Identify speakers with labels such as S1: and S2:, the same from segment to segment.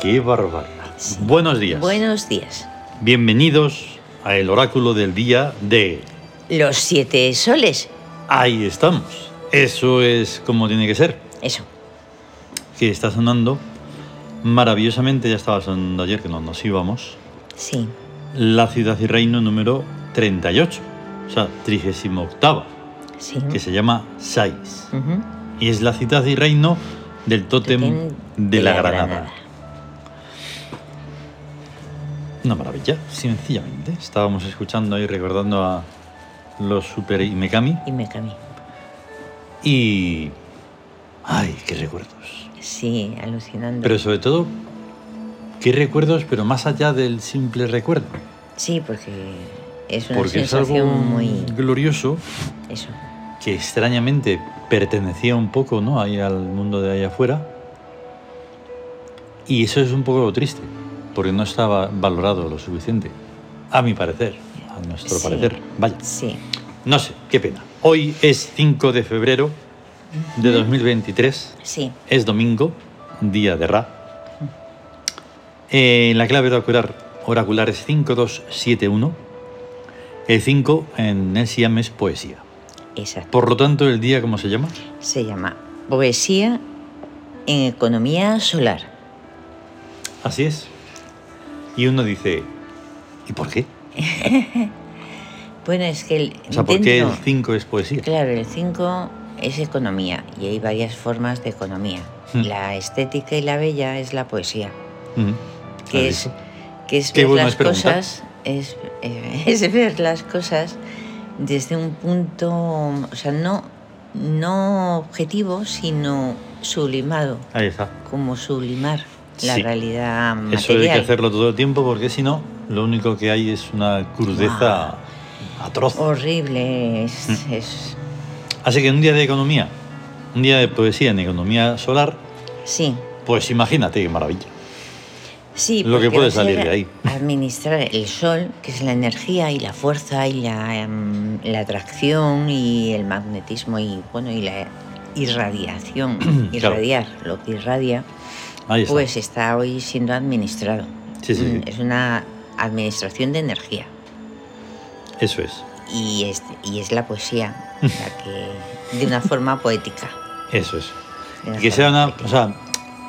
S1: ¡Qué barbaridad! Buenos días.
S2: Buenos días.
S1: Bienvenidos a el oráculo del día de...
S2: Los siete soles.
S1: Ahí estamos. Eso es como tiene que ser.
S2: Eso.
S1: Que está sonando maravillosamente, ya estaba sonando ayer que no nos íbamos,
S2: Sí.
S1: la ciudad y reino número 38, o sea, 38,
S2: Sí.
S1: que se llama Sais.
S2: Ujú.
S1: Y es la ciudad y reino del tótem
S2: Tótem
S1: de la Granada. Una maravilla, sencillamente. Estábamos escuchando y recordando a los Super Imekami
S2: Y me cambié.
S1: y... ¡Ay, qué recuerdos!
S2: Sí, alucinando.
S1: Pero sobre todo, qué recuerdos, pero más allá del simple recuerdo.
S2: Sí, porque es una
S1: Porque es
S2: sensación
S1: algo
S2: muy.
S1: glorioso
S2: Eso.
S1: que extrañamente pertenecía un poco ¿no? ahí al mundo de ahí afuera. Y eso es un poco triste, porque no estaba valorado lo suficiente, a mi parecer, a nuestro
S2: Sí.
S1: parecer. Vaya,
S2: Sí.
S1: no sé, qué pena. Hoy es 5 de febrero de 2023,
S2: Sí.
S1: es domingo, día de Ra. Eh, la clave oracular, oracular es 5271. El 5 en el Siam es poesía.
S2: Exacto.
S1: Por lo tanto, el día, ¿cómo se llama?
S2: Se llama Poesía en Economía Solar.
S1: Así es. Y uno dice, ¿y por qué?
S2: Bueno, es que el.
S1: O sea, ¿por qué el
S2: dentro-
S1: 5 es poesía?
S2: Claro, el 5 es economía y hay varias formas de economía.
S1: Hmm.
S2: La estética y la bella es la poesía,
S1: Ujú.
S2: que
S1: ¿Has
S2: es,
S1: visto?
S2: que es
S1: Ah, Qué
S2: ver
S1: bueno
S2: las
S1: es preguntar.
S2: cosas, es, eh, es ver las cosas desde un punto, o sea, no, no objetivo, sino sublimado,
S1: Ahí está.
S2: como sublimar la
S1: Sí.
S2: realidad Mm, material.
S1: Eso hay que hacerlo todo el tiempo porque si no, lo único que hay es una
S2: Ah.
S1: crudeza atroz.
S2: Oh. Horrible, es,
S1: Mm.
S2: es-
S1: Así que un día de economía, un día de poesía en economía solar,
S2: sí.
S1: pues imagínate qué maravilla.
S2: Sí,
S1: Lo que
S2: porque
S1: puede
S2: vas a
S1: salir de ahí.
S2: Administrar el sol, que es la energía y la fuerza y la, em, la atracción y el magnetismo y bueno y la irradiación,
S1: Claro.
S2: irradiar, lo que irradia,
S1: Ahí está.
S2: pues está hoy siendo administrado.
S1: Sí, sí, sí.
S2: Mm, Es una administración de energía
S1: Eso es.
S2: y es, y es la poesía, la que de una forma poética.
S1: Eso es.
S2: de una
S1: Y que sea
S2: forma
S1: una.
S2: poética.
S1: O sea,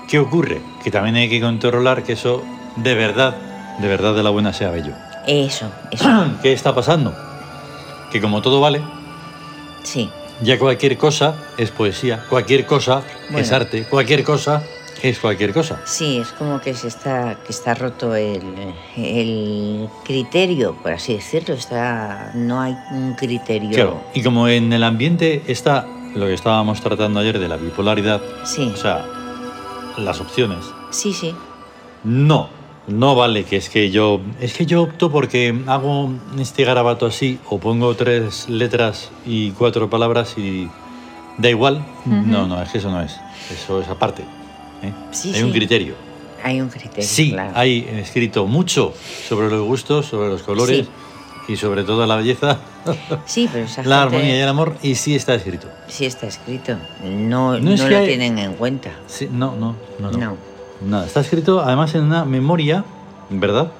S1: ¿qué ocurre? Que también hay que controlar que eso de verdad, de verdad de la buena sea bello.
S2: Eso, eso,
S1: ¿Qué está pasando? Que como todo vale,
S2: sí.
S1: ya cualquier cosa es poesía, cualquier cosa es
S2: Bueno.
S1: arte, cualquier cosa es cualquier cosa.
S2: Sí, es como que se está, que está roto el, el criterio, por así decirlo. Está, no hay un criterio.
S1: Claro. Y como en el ambiente está lo que estábamos tratando ayer de la bipolaridad,
S2: Sí,
S1: o sea, las opciones.
S2: sí, sí.
S1: No, no vale que es que yo. Es que yo opto porque hago este garabato así, o pongo tres letras y cuatro palabras y. Da igual. No, no, es que eso no es. Eso es aparte. ¿eh?
S2: Sí,
S1: Hay un
S2: sí.
S1: criterio.
S2: Hay un criterio.
S1: Sí,
S2: claro.
S1: hay escrito mucho sobre los gustos, sobre los colores y sobre todo la belleza,
S2: Sí, pero esa
S1: la
S2: gente
S1: armonía y el amor, y sí está escrito.
S2: sí está escrito. No,
S1: No
S2: no,
S1: es que
S2: lo
S1: hay-
S2: tienen en cuenta.
S1: Sí, no, no, no, no.
S2: No.
S1: Nada, está escrito además en una memoria, ¿verdad?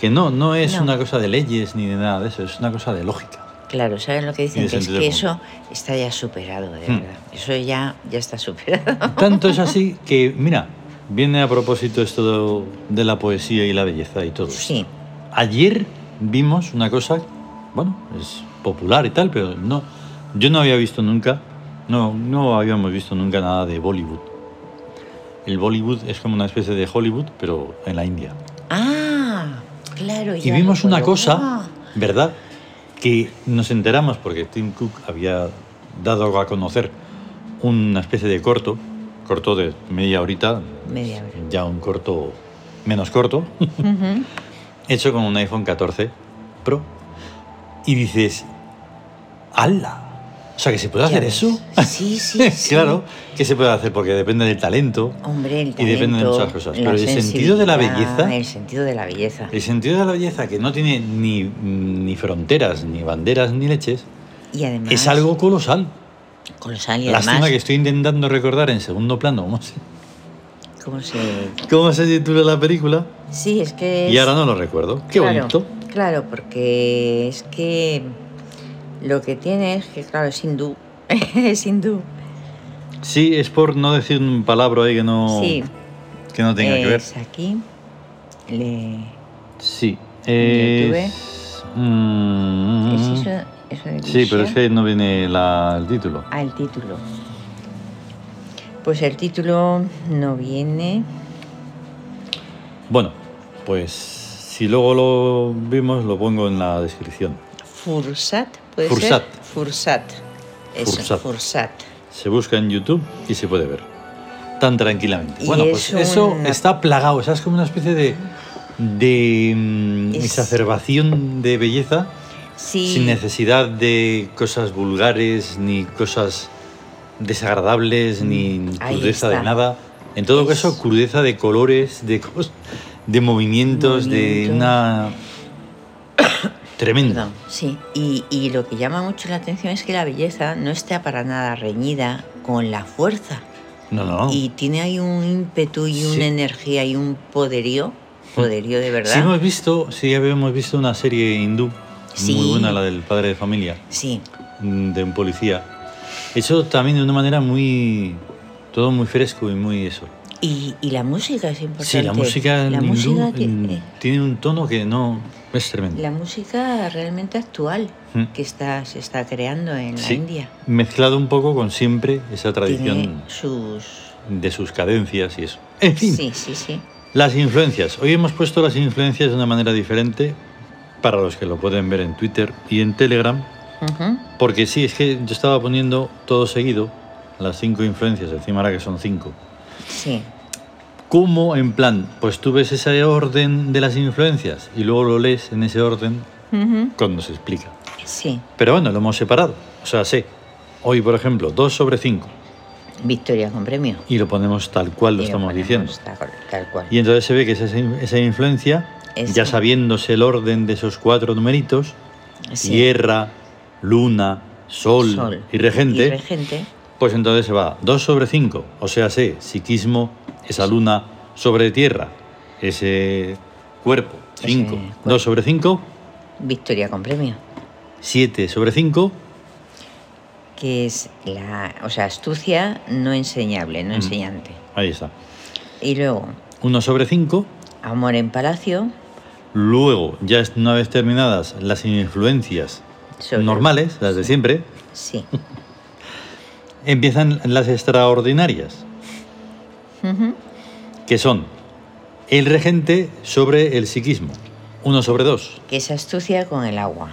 S1: Que no, no es
S2: No.
S1: una cosa de leyes ni de nada de eso, es una cosa de lógica.
S2: Claro, ¿saben lo que dicen?
S1: de
S2: Que es
S1: sentido
S2: que eso
S1: común.
S2: está ya superado, de
S1: Hmm.
S2: verdad. Eso ya, ya está superado.
S1: Tanto es así que, mira, viene a propósito esto de la poesía y la belleza y todo. esto.
S2: Sí,
S1: Ayer vimos una cosa, bueno, es popular y tal, pero no, yo no había visto nunca, no, no habíamos visto nunca nada de Bollywood. El Bollywood es como una especie de Hollywood, pero en la India.
S2: Ah, claro.
S1: Y vimos una cosa, ¿verdad? Que nos enteramos porque Tim Cook había dado a conocer una especie de corto, corto de media horita,
S2: Media hora.
S1: ya un corto menos corto,
S2: Ujú.
S1: hecho con un iPhone 14 Pro. Y dices, ¡hala! O sea, que se puede
S2: Ya
S1: hacer
S2: ves.
S1: eso.
S2: Sí, sí, sí.
S1: claro, que se puede hacer porque depende del talento.
S2: Hombre, el
S1: Y
S2: talento,
S1: depende de muchas cosas,
S2: la
S1: pero el sentido de la
S2: sensibilidad,
S1: belleza-
S2: El sentido de la belleza.
S1: El sentido de la belleza que no tiene ni, ni fronteras, ni banderas, ni leches,
S2: Y además.
S1: es algo colosal.
S2: colosal y
S1: Lástima
S2: además.
S1: que estoy intentando recordar en segundo plano cómo se,
S2: ¿Cómo se...?
S1: ¿Cómo se titula la película?
S2: Sí, es que...
S1: Y
S2: es-
S1: ahora no lo recuerdo. Qué
S2: claro,
S1: bonito.
S2: Claro, porque es que lo que tiene es que, claro, es hindú. es hindú.
S1: Sí, es por no decir un palabra ahí que no,
S2: sí,
S1: que no tenga que ver.
S2: es aquí. Le...
S1: Sí.
S2: ¿En
S1: Es... Mm,
S2: ¿Es eso, eso de
S1: Sí, pero es
S2: Grisha?
S1: que no viene la- el título.
S2: Ah, el título. Pues el título no viene.
S1: Bueno, pues si luego lo vimos, lo pongo en la descripción.
S2: Fursat, puede
S1: Fursat.
S2: ser. Fursat. Eso,
S1: Fursat.
S2: Fursat.
S1: Se busca en YouTube y se puede ver tan tranquilamente.
S2: Y
S1: bueno,
S2: es
S1: pues eso
S2: una-
S1: está plagado, o sea, es como una especie de, de mm,
S2: Es-
S1: exacerbación de belleza
S2: Sí.
S1: sin necesidad de cosas vulgares ni cosas desagradables ni
S2: ahí
S1: crudeza de
S2: está.
S1: nada. En todo
S2: Es-
S1: caso, crudeza de colores, de cos- de movimientos, de
S2: Movimientos.
S1: una tremenda.
S2: Perdón, sí. Y, y lo que llama mucho la atención es que la belleza no está para nada reñida con la fuerza.
S1: No, no.
S2: Y tiene ahí un ímpetu y
S1: Sí. Mm.
S2: una energía y un poderío. Poderío de
S1: Sí
S2: verdad.
S1: hemos visto, sí habíamos visto una serie hindú muy
S2: Sí.
S1: buena, la del padre de familia,
S2: Sí.
S1: mm, de un policía. Hecho también de una manera muy, todo muy fresco y muy eso.
S2: Y, y la música es importante.
S1: Sí, la música en
S2: La
S1: hindú,
S2: música que-
S1: mm,
S2: eh,
S1: tiene un tono que no es tremendo.
S2: La música realmente actual
S1: Mm.
S2: que está, se está creando en la
S1: Sí,
S2: India.
S1: mezclado un poco con siempre esa
S2: Tiene
S1: tradición
S2: sus...
S1: de sus cadencias y eso. En fin,
S2: Sí, sí, sí.
S1: las influencias. Hoy hemos puesto las influencias de una manera diferente para los que lo pueden ver en Twitter y en Telegram.
S2: Ujú.
S1: Porque sí, es que yo estaba poniendo todo seguido las cinco influencias, encima ahora que son cinco.
S2: Sí.
S1: ¿Cómo en plan? Pues tú ves ese orden de las influencias y luego lo lees en ese orden
S2: Ujú.
S1: cuando se explica.
S2: Sí.
S1: Pero bueno, lo hemos separado. O sea, sé. Hoy, por ejemplo, 2 sobre 5
S2: Victoria con premio.
S1: y lo ponemos tal cual lo
S2: Y
S1: estamos
S2: ponemos
S1: diciendo.
S2: Tal, tal cual.
S1: Y entonces se ve que esa, esa influencia,
S2: Eso.
S1: ya sabiéndose el orden de esos cuatro numeritos,
S2: Sí.
S1: tierra, luna, sol,
S2: Sol.
S1: y regente,
S2: Y regente.
S1: Pues entonces se va 2 sobre 5, o sea, sé, psiquismo, esa luna sobre tierra, ese cuerpo,
S2: Ese
S1: 5.
S2: cuerpo.
S1: 2 sobre 5,
S2: Victoria con premio.
S1: 7 sobre 5,
S2: Que es la... O sea, astucia no enseñable,
S1: Mm.
S2: no enseñante.
S1: ahí está.
S2: Y luego,
S1: 1 sobre 5,
S2: amor en palacio.
S1: luego, ya es- una vez terminadas las influencias
S2: sobre-
S1: normales, las de siempre,
S2: Sí.
S1: empiezan las extraordinarias,
S2: Ujú.
S1: que son el regente sobre el psiquismo, 1 sobre 2,
S2: Que es astucia con el agua.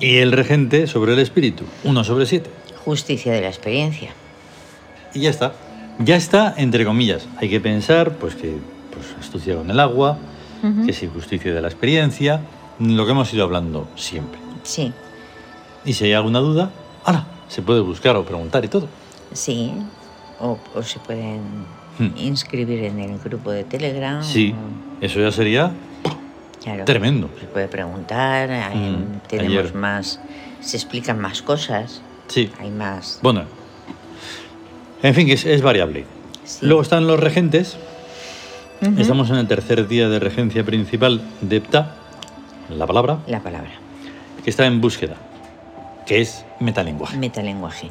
S1: y el regente sobre el espíritu, 1 sobre 7.
S2: Justicia de la experiencia.
S1: Y ya está. Ya está, entre comillas. Hay que pensar, pues que pues, astucia con el agua, que es injusticia de la experiencia, lo que hemos ido hablando siempre.
S2: Sí,
S1: Y si hay alguna duda, ¡hala! Se puede buscar o preguntar y todo.
S2: sí. O, o se pueden
S1: Hmm.
S2: inscribir en el grupo de Telegram.
S1: Sí,
S2: o-
S1: eso ya sería
S2: claro,
S1: tremendo.
S2: Se puede preguntar. hay-
S1: Mm,
S2: tenemos
S1: ayer.
S2: más. Se explican más cosas.
S1: Sí.
S2: Hay más.
S1: Bueno. En fin, que es, es variable.
S2: sí.
S1: Luego están los regentes.
S2: Ujú.
S1: Estamos en el tercer día de regencia principal de EPTA, la palabra,
S2: La palabra.
S1: que está en búsqueda, que es metalenguaje.
S2: Metalenguaje.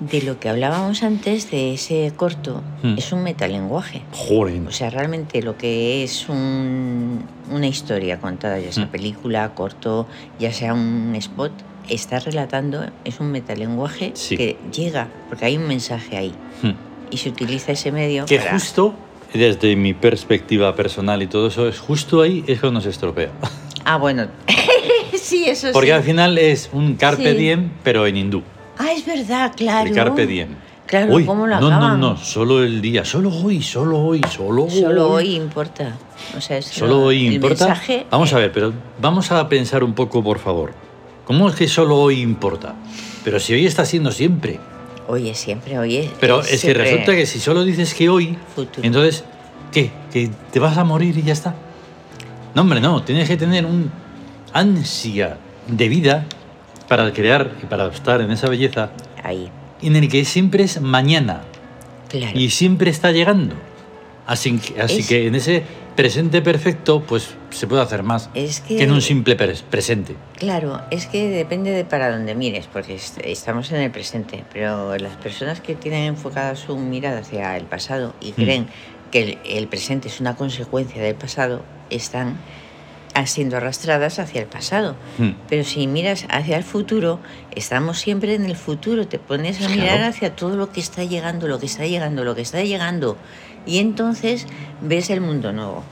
S2: De lo que hablábamos antes de ese corto,
S1: Hmm.
S2: es un metalenguaje.
S1: Joder.
S2: O sea, realmente lo que es un- una historia contada, ya sea
S1: Mm.
S2: película, corto, ya sea un spot, está relatando, es un metalenguaje
S1: Sí.
S2: que llega, porque hay un mensaje ahí.
S1: Hmm.
S2: Y se utiliza ese medio
S1: Que
S2: para-
S1: justo, desde mi perspectiva personal y todo eso, es justo ahí es cuando se estropea.
S2: Ah, bueno. sí, eso
S1: Porque
S2: sí.
S1: al final es un carpe
S2: Sí.
S1: diem, pero en hindú.
S2: Ah, es verdad, claro.
S1: El carpe diem.
S2: Claro,
S1: Hoy,
S2: ¿cómo lo
S1: No, no,
S2: acaban?
S1: no, solo el día, solo hoy, solo hoy, solo hoy.
S2: Solo hoy importa. O sea, es
S1: Solo hoy
S2: el
S1: importa.
S2: mensaje- eh.
S1: Vamos a ver, pero vamos a pensar un poco, por favor. ¿Cómo es que solo hoy importa? Pero si hoy está siendo siempre.
S2: Oye, siempre, oye.
S1: Pero es
S2: siempre-
S1: que resulta que si solo dices que hoy,
S2: Futuro.
S1: entonces, ¿qué? ¿Que te vas a morir y ya está? No, hombre, no. Tienes que tener un ansia de vida para crear y para estar en esa belleza
S2: Ahí,
S1: en el que siempre es mañana
S2: claro.
S1: y siempre está llegando. Así, que- así
S2: Es-
S1: que en ese presente perfecto, pues se puede hacer más
S2: Es que,
S1: que, en un simple pres- presente.
S2: claro, es que depende de para dónde mires, porque est- estamos en el presente, pero las personas que tienen enfocada su mirada hacia el pasado
S1: Mm.
S2: y creen que el, el presente es una consecuencia del pasado, están ah, siendo arrastradas hacia el pasado.
S1: Mm.
S2: Pero si miras hacia el futuro, estamos siempre en el futuro, te pones a
S1: Claro.
S2: mirar hacia todo lo que está llegando, lo que está llegando, lo que está llegando, y entonces ves el mundo nuevo.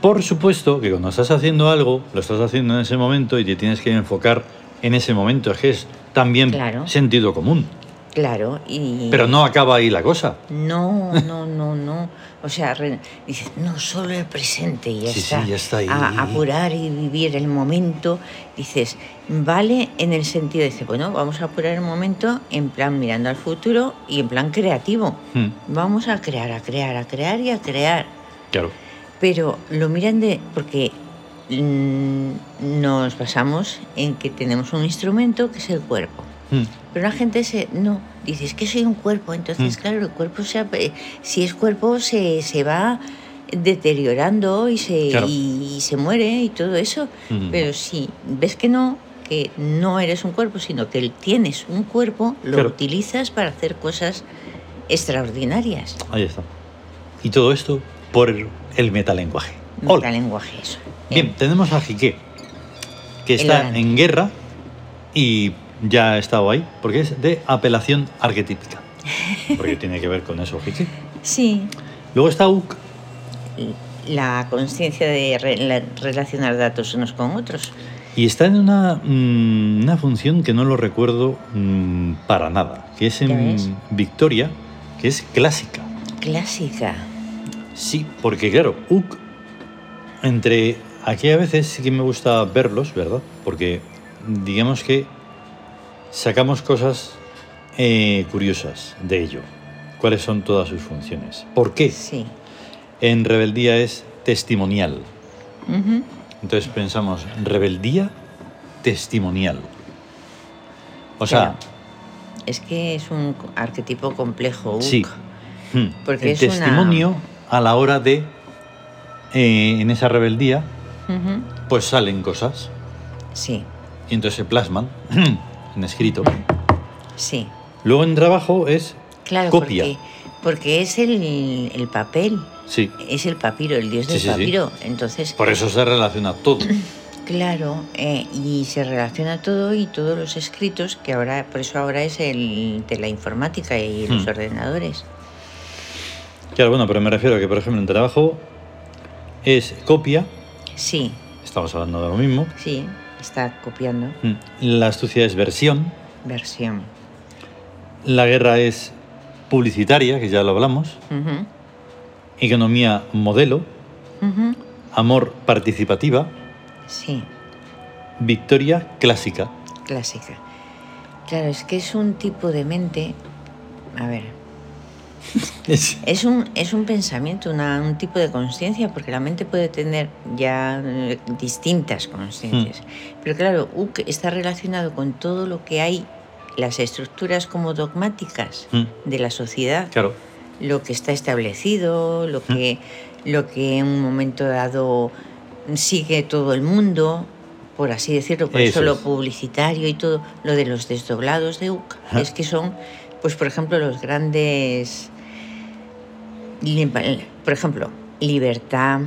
S1: Por supuesto que cuando estás haciendo algo, lo estás haciendo en ese momento y te tienes que enfocar en ese momento. Es que es también
S2: Claro.
S1: sentido común.
S2: Claro, y...
S1: Pero no acaba ahí la cosa.
S2: No, no, no, no. O sea, re- dices, no, solo el presente y ya
S1: Sí, sí,
S2: está.
S1: ya está ahí.
S2: A- apurar y vivir el momento. Dices, vale en el sentido de, decir, bueno, vamos a apurar el momento en plan mirando al futuro y en plan creativo.
S1: Mm,
S2: Vamos a crear, a crear, a crear y a crear.
S1: Claro.
S2: Pero lo miran de... porque mm, nos basamos en que tenemos un instrumento que es el cuerpo.
S1: Mm,
S2: Pero la gente se, no, dice, es que soy un cuerpo, entonces
S1: Mm.
S2: claro, el cuerpo, se, ap- eh, si es cuerpo, se, se va deteriorando y se,
S1: Claro.
S2: y, se muere y todo eso.
S1: Mm.
S2: Pero si ves que no, que no eres un cuerpo, sino que tienes un cuerpo, lo
S1: Claro.
S2: utilizas para hacer cosas extraordinarias.
S1: Ahí está. Y todo esto por el metalenguaje.
S2: Meta
S1: Hola.
S2: lenguaje eso.
S1: Bien, tenemos a Jiqué, que
S2: El
S1: está
S2: orante.
S1: en guerra y ya ha estado ahí, porque es de apelación arquetípica. Porque tiene que ver con eso, Jiqué.
S2: Sí,
S1: Luego está Uk,
S2: la conciencia de re- la- relacionar datos unos con otros.
S1: Y está en una, mm, una función que no lo recuerdo mm, para nada, que es
S2: ¿Ya
S1: en
S2: ves?
S1: Victoria, que es clásica.
S2: Clásica.
S1: Sí, porque claro, UC, entre... Aquí a veces sí que me gusta verlos, ¿verdad? Porque digamos que sacamos cosas eh, curiosas de ello. ¿Cuáles son todas sus funciones? ¿Por qué?
S2: Sí.
S1: En rebeldía es testimonial.
S2: Ujú.
S1: Entonces pensamos, rebeldía testimonial. O sea,
S2: Es que es un co- arquetipo complejo. Uk.
S1: sí. Mm.
S2: Porque
S1: el
S2: es una-
S1: testimonio a la hora de, eh, en esa rebeldía,
S2: Ujú.
S1: pues salen cosas
S2: Sí,
S1: y entonces se plasman en escrito.
S2: sí.
S1: Luego en trabajo es
S2: Claro,
S1: copia.
S2: porque, porque es el, el papel,
S1: Sí,
S2: es el papiro, el dios
S1: Sí,
S2: del
S1: sí, sí.
S2: papiro. Entonces,
S1: por eso se relaciona todo.
S2: claro, eh, y se relaciona todo y todos los escritos, que ahora, por eso ahora es el de la informática y los
S1: Hmm.
S2: ordenadores.
S1: Claro, bueno, pero me refiero a que, por ejemplo, en trabajo es copia,
S2: Sí,
S1: estamos hablando de lo mismo.
S2: sí, está copiando
S1: Mm. La astucia es versión,
S2: versión.
S1: La guerra es publicitaria, que ya lo hablamos.
S2: Ujú,
S1: Economía modelo.
S2: ujú,
S1: Amor participativa.
S2: Sí.
S1: Victoria clásica.
S2: Clásica. Claro, es que es un tipo de mente. A ver.
S1: Es-
S2: Es un, es un pensamiento, una- un tipo de conciencia, porque la mente puede tener ya eh, distintas conciencias. Pero claro, UC está relacionado con todo lo que hay, las estructuras como dogmáticas
S1: Mm,
S2: de la sociedad,
S1: Claro.
S2: lo que está establecido, lo que, lo que en un momento dado sigue todo el mundo, por así decirlo, por eso,
S1: Eso
S2: lo
S1: es.
S2: publicitario y todo, lo de los desdoblados de UC,
S1: Ajá.
S2: es que son, pues por ejemplo, los grandes, li- por ejemplo, libertad,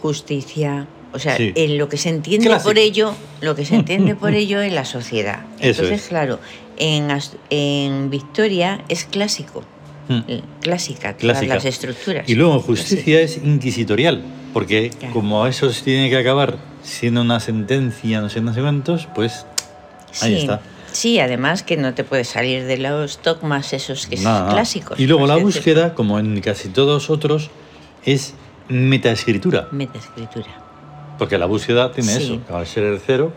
S2: justicia, o sea,
S1: Sí.
S2: en lo que se entiende
S1: Clásico.
S2: por ello, lo que se entiende por ello en la sociedad.
S1: Eso
S2: Entonces,
S1: es.
S2: claro, en, As- en Victoria es clásico
S1: Mm.
S2: Eh, clásica, todas
S1: Clásica.
S2: las estructuras.
S1: Y luego justicia es inquisitorial, porque
S2: Claro.
S1: como eso se tiene que acabar siendo una sentencia, no sé, no sé cuántos, pues ahí está.
S2: Sí, además que no te puedes salir de los dogmas esos que
S1: nada,
S2: son
S1: nada.
S2: clásicos. Pues
S1: Y luego
S2: por
S1: la
S2: así decirlo.
S1: búsqueda, como en casi todos otros, es metaescritura.
S2: Metaescritura.
S1: Porque la búsqueda tiene
S2: Sí.
S1: eso, al ser el cero,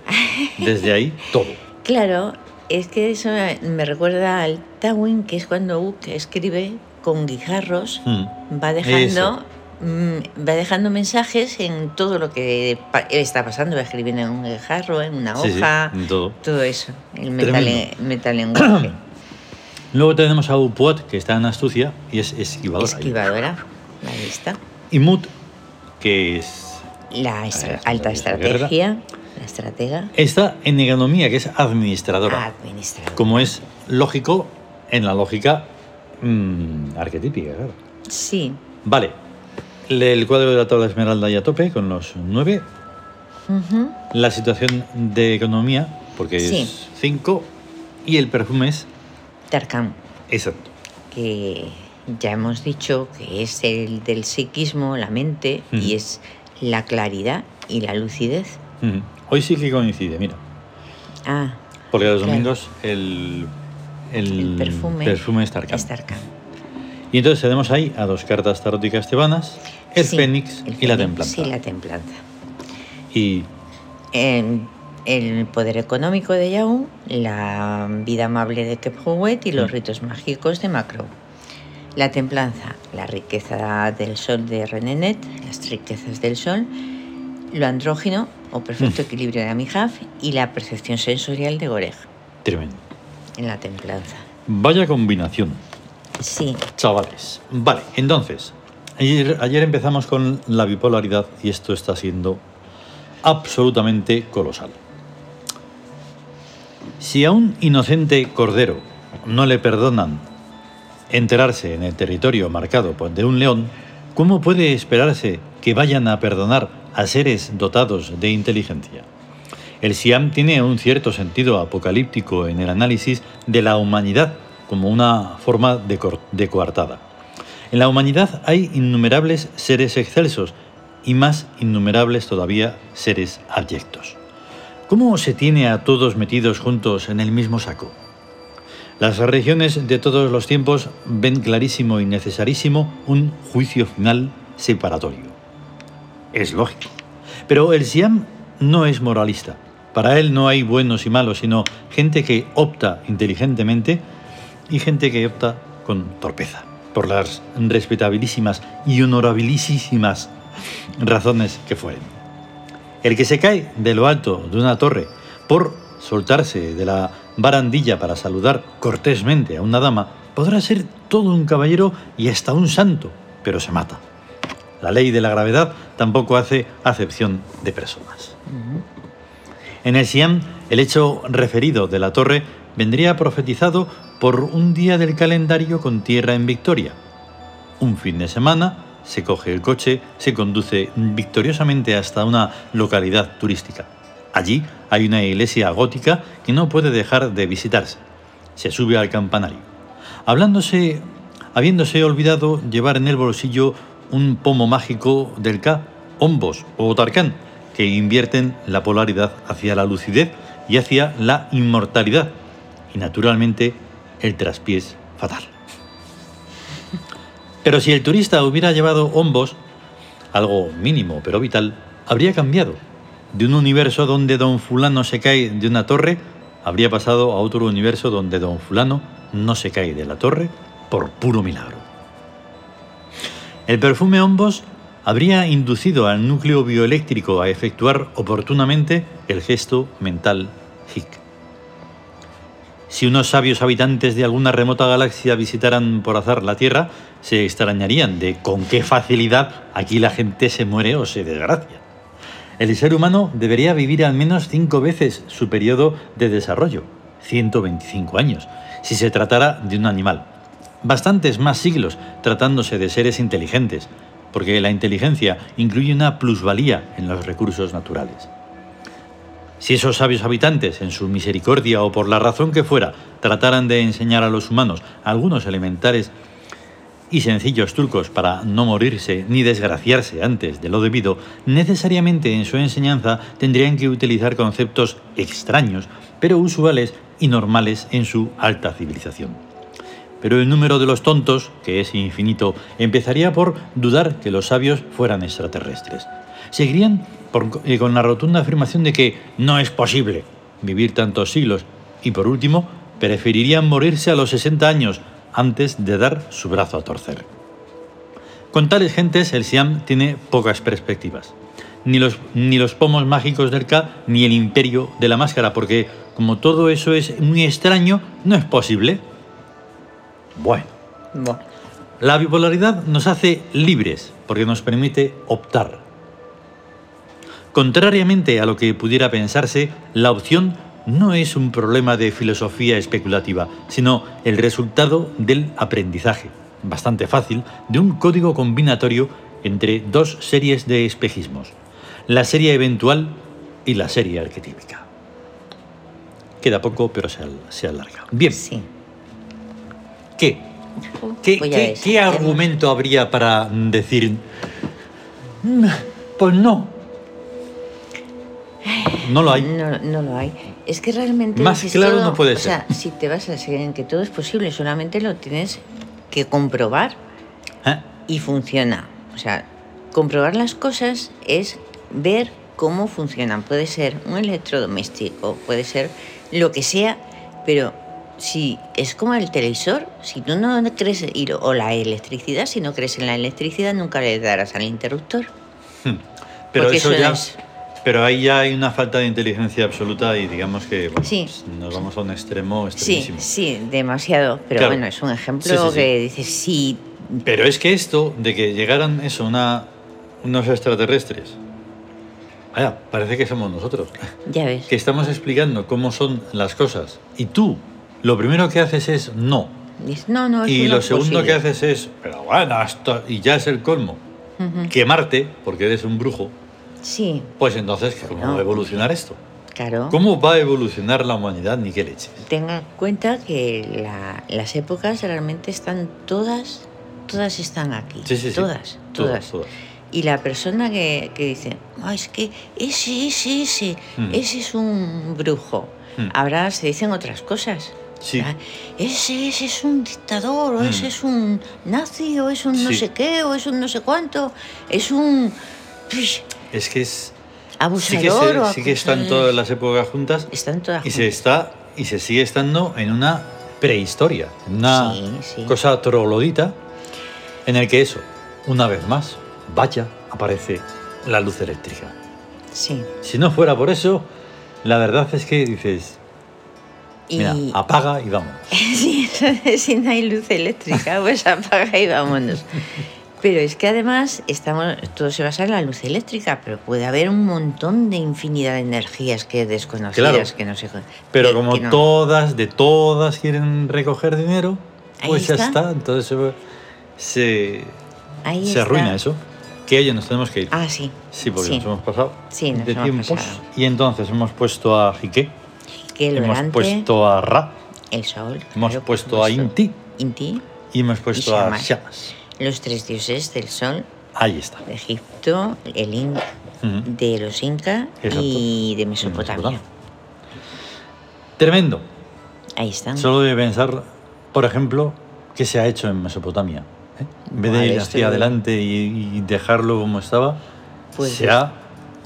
S1: desde ahí todo.
S2: Claro, es que eso me recuerda al Tawin, que es cuando Uck escribe con guijarros,
S1: Mm.
S2: va dejando...
S1: Eso.
S2: mm, Va dejando mensajes en todo lo que pa- está pasando, va escribiendo en un guijarro, en una
S1: Sí, sí,
S2: hoja,
S1: en todo.
S2: todo eso, el
S1: Tremendo.
S2: metale- metalenguaje.
S1: Luego tenemos a Upuat, que está en astucia y es esquivadora.
S2: Esquivadora. Ahí está.
S1: Y Mut, que es,
S2: La estra-
S1: es una
S2: alta
S1: diosa guerrera.
S2: estrategia, la estratega,
S1: está en economía, que es
S2: Ah.
S1: administradora.
S2: administradora.
S1: Como es lógico en la lógica mm, arquetípica, claro.
S2: Sí.
S1: Vale. Le- El cuadro de la tabla esmeralda ya a tope con los nueve.
S2: Ujú.
S1: La situación de economía, porque
S2: Sí.
S1: es cinco. Y el perfume es
S2: Tarkan,
S1: exacto.
S2: que ya hemos dicho que es el del psiquismo, la mente,
S1: Ujú.
S2: y es la claridad y la lucidez.
S1: Ujú. Hoy sí que coincide, mira.
S2: Ah,
S1: Porque los
S2: Claro.
S1: domingos el, el
S2: el perfume,
S1: es Tarkan.
S2: es Tarkan.
S1: Y entonces tenemos ahí a dos cartas taróticas tebanas, el
S2: Sí,
S1: fénix
S2: el
S1: y la
S2: fénix
S1: templanza.
S2: Y la templanza.
S1: Y
S2: En el poder económico de Yaun, la vida amable de Kephuwet y los
S1: Mm.
S2: ritos mágicos de Macro. La templanza, la riqueza del sol de Renenet, las riquezas del sol, lo andrógino o
S1: Mm.
S2: perfecto equilibrio de Amijaf y la percepción sensorial de Goreg
S1: tremendo.
S2: en la templanza.
S1: Vaya combinación,
S2: Sí,
S1: chavales. Vale, entonces, ayer, ayer empezamos con la bipolaridad y esto está siendo absolutamente colosal. Si a un inocente cordero no le perdonan enterarse en el territorio marcado por de un león, ¿cómo puede esperarse que vayan a perdonar a seres dotados de inteligencia? El Siam tiene un cierto sentido apocalíptico en el análisis de la humanidad como una forma de, cor- de coartada. En la humanidad hay innumerables seres excelsos y más innumerables todavía seres abyectos. ¿Cómo se tiene a todos metidos juntos en el mismo saco? Las religiones de todos los tiempos ven clarísimo y necesarísimo un juicio final separatorio. Es lógico. Pero el Siam no es moralista. Para él no hay buenos y malos, sino gente que opta inteligentemente y gente que opta con torpeza. Por las respetabilísimas y honorabilísimas razones que fueren. El que se cae de lo alto de una torre por soltarse de la barandilla para saludar cortésmente a una dama podrá ser todo un caballero y hasta un santo, pero se mata. La ley de la gravedad tampoco hace acepción de personas. En el Siam, el hecho referido de la torre vendría profetizado por un día del calendario con tierra en Victoria. Un fin de semana, se coge el coche, se conduce victoriosamente hasta una localidad turística. Allí hay una iglesia gótica que no puede dejar de visitarse. Se sube al campanario. Hablándose, habiéndose olvidado llevar en el bolsillo un pomo mágico del K, Hombos o Tarkan, que invierten la polaridad hacia la lucidez y hacia la inmortalidad. Y naturalmente, el traspiés fatal. Pero si el turista hubiera llevado hombos, algo mínimo pero vital, habría cambiado. De un universo donde don fulano se cae de una torre, habría pasado a otro universo donde don fulano no se cae de la torre por puro milagro. El perfume hombos habría inducido al núcleo bioeléctrico a efectuar oportunamente el gesto mental hic. Si unos sabios habitantes de alguna remota galaxia visitaran por azar la Tierra, se extrañarían de con qué facilidad aquí la gente se muere o se desgracia. El ser humano debería vivir al menos cinco veces su periodo de desarrollo, 125 años, si se tratara de un animal. Bastantes más siglos tratándose de seres inteligentes, porque la inteligencia incluye una plusvalía en los recursos naturales. Si esos sabios habitantes, en su misericordia o por la razón que fuera, trataran de enseñar a los humanos algunos elementares y sencillos trucos para no morirse ni desgraciarse antes de lo debido, necesariamente en su enseñanza tendrían que utilizar conceptos extraños, pero usuales y normales en su alta civilización. Pero el número de los tontos, que es infinito, empezaría por dudar que los sabios fueran extraterrestres. Seguirían por- eh, con la rotunda afirmación de que no es posible vivir tantos siglos y por último, preferirían morirse a los 60 años antes de dar su brazo a torcer. Con tales gentes el Siam tiene pocas perspectivas. Ni los, ni los pomos mágicos del K, ni el imperio de la máscara, porque como todo eso es muy extraño, no es posible. Bueno,
S2: bueno,
S1: La bipolaridad nos hace libres porque nos permite optar. Contrariamente a lo que pudiera pensarse, la opción no es un problema de filosofía especulativa, sino el resultado del aprendizaje, bastante fácil, de un código combinatorio entre dos series de espejismos, la serie eventual y la serie arquetípica. Queda poco, pero se, al- se alarga. Bien,
S2: Sí.
S1: ¿qué? ¿Qué,
S2: Voy a
S1: qué-
S2: ver si
S1: qué
S2: hacemos-
S1: argumento habría para decir, "Mm, pues no? No lo hay. ¿eh?
S2: No, no lo hay. Es que realmente...
S1: Más
S2: dices
S1: claro
S2: todo-
S1: no puede
S2: o
S1: ser.
S2: sea, si te vas a seguir en que todo es posible, solamente lo tienes que comprobar
S1: ¿Eh?
S2: y funciona. O sea, comprobar las cosas es ver cómo funcionan. Puede ser un electrodoméstico, puede ser lo que sea, pero si es como el televisor, si tú no crees, y- o la electricidad, si no crees en la electricidad, nunca le darás al interruptor.
S1: Pero
S2: Porque
S1: eso
S2: eso
S1: ya.
S2: es-
S1: Pero ahí ya hay una falta de inteligencia absoluta y digamos que bueno,
S2: Sí.
S1: pues, nos vamos a un extremo
S2: Sí,
S1: extremísimo.
S2: sí, demasiado. Pero
S1: Claro.
S2: bueno, es un ejemplo
S1: Sí, sí, sí.
S2: que dices, sí,
S1: Pero es que esto de que llegaran eso, una, unos extraterrestres. Vaya, parece que somos nosotros.
S2: ya ves.
S1: Que estamos explicando cómo son las cosas. Y tú, lo primero que haces es no.
S2: Dices, no, no, eso
S1: Y
S2: no
S1: lo
S2: es
S1: segundo
S2: posible.
S1: que haces es, pero bueno, esto, y ya es el colmo.
S2: Ujú.
S1: Quemarte, porque eres un brujo.
S2: Sí,
S1: Pues entonces, ¿cómo
S2: No.
S1: va a evolucionar esto?
S2: claro.
S1: ¿Cómo va a evolucionar la humanidad? Ni qué leches.
S2: Tenga en cuenta que la- las épocas realmente están todas, todas están aquí.
S1: Sí, sí, sí.
S2: todas, todas,
S1: todas.
S2: Y la persona que, que dice, "Ah, es que ese, ese, ese,
S1: Mm.
S2: ese es un brujo.
S1: Mm.
S2: Ahora se dicen otras cosas.
S1: Sí.
S2: ¿verdad? Ese, ese es un dictador, o
S1: Mm.
S2: ese es un nazi, o es un no
S1: Sí.
S2: sé qué, o es un no sé cuánto, es un psh,
S1: Es que es. Sí
S2: abusador.
S1: que, se-
S2: o
S1: sí que están
S2: acusador".
S1: todas las épocas juntas
S2: Están todas
S1: y se
S2: juntas.
S1: está y se sigue estando en una prehistoria, en una
S2: Sí, sí.
S1: cosa troglodita en el que eso, una vez más, vaya, aparece la luz eléctrica.
S2: Sí.
S1: Si no fuera por eso, la verdad es que dices, mira,
S2: Y-
S1: apaga y vamos.
S2: Sí, si no hay luz eléctrica, pues apaga y vámonos. Pero es que además estamos, todo se basa en la luz eléctrica, pero puede haber un montón de infinidad de energías que desconocidas,
S1: Claro.
S2: que no se con-
S1: Pero
S2: que-
S1: como
S2: que no-
S1: todas, de todas quieren recoger dinero,
S2: Ahí
S1: pues ya
S2: está.
S1: está. Entonces se- se,
S2: ahí
S1: se
S2: está.
S1: arruina eso. Que oye, nos tenemos que ir.
S2: Ah, sí.
S1: Sí, porque
S2: Sí.
S1: nos hemos pasado
S2: Sí, nos
S1: de
S2: hemos
S1: tiempos.
S2: pasado.
S1: Y entonces hemos puesto a Jique,
S2: Que el
S1: hemos
S2: orante,
S1: puesto a Ra,
S2: el sol,
S1: hemos
S2: claro, por
S1: puesto a
S2: supuesto.
S1: Inti
S2: Inti,
S1: y hemos puesto a
S2: Shamas.
S1: Shamas.
S2: los tres dioses del sol,
S1: Ahí está.
S2: de Egipto, el in-
S1: Ujú.
S2: de los incas
S1: Exacto.
S2: y de
S1: Mesopotamia.
S2: Mesopotamia.
S1: Tremendo.
S2: Ahí están.
S1: Solo de pensar, por ejemplo, qué se ha hecho en Mesopotamia. ¿eh? En vez de
S2: Vale, este-
S1: ir
S2: esto
S1: hacia
S2: lo-
S1: adelante y, y dejarlo como estaba,
S2: Pues
S1: se
S2: es-
S1: ha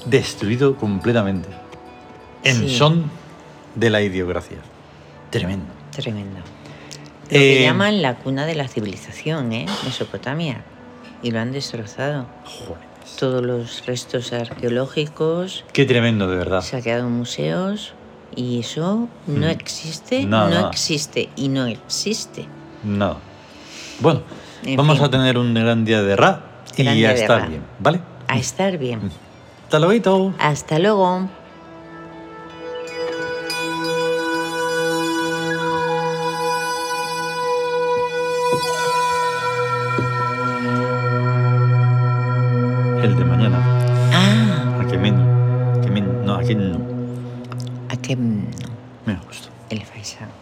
S1: destruido completamente. En
S2: Sí.
S1: son de la ideografía. Tremendo.
S2: Tremendo. Lo
S1: Eh,
S2: que llaman la cuna de la civilización, ¿eh? Mesopotamia. Y lo han destrozado.
S1: Jóvenes.
S2: Todos los restos arqueológicos,
S1: Qué tremendo, de verdad.
S2: se ha quedado en museos y eso no
S1: Mm.
S2: existe,
S1: No,
S2: no,
S1: no.
S2: existe y no existe.
S1: No. Bueno,
S2: En
S1: vamos
S2: fin.
S1: a tener un gran día de Ra y
S2: Gran día
S1: a
S2: de
S1: estar
S2: Ra.
S1: bien, ¿vale?
S2: A estar bien.
S1: Mm. Hasta luego.
S2: Hasta luego.
S1: El de mañana.
S2: Ah,
S1: A que menos. Que menos. No, a que no.
S2: a que mm,
S1: Me gusta.
S2: el faisán.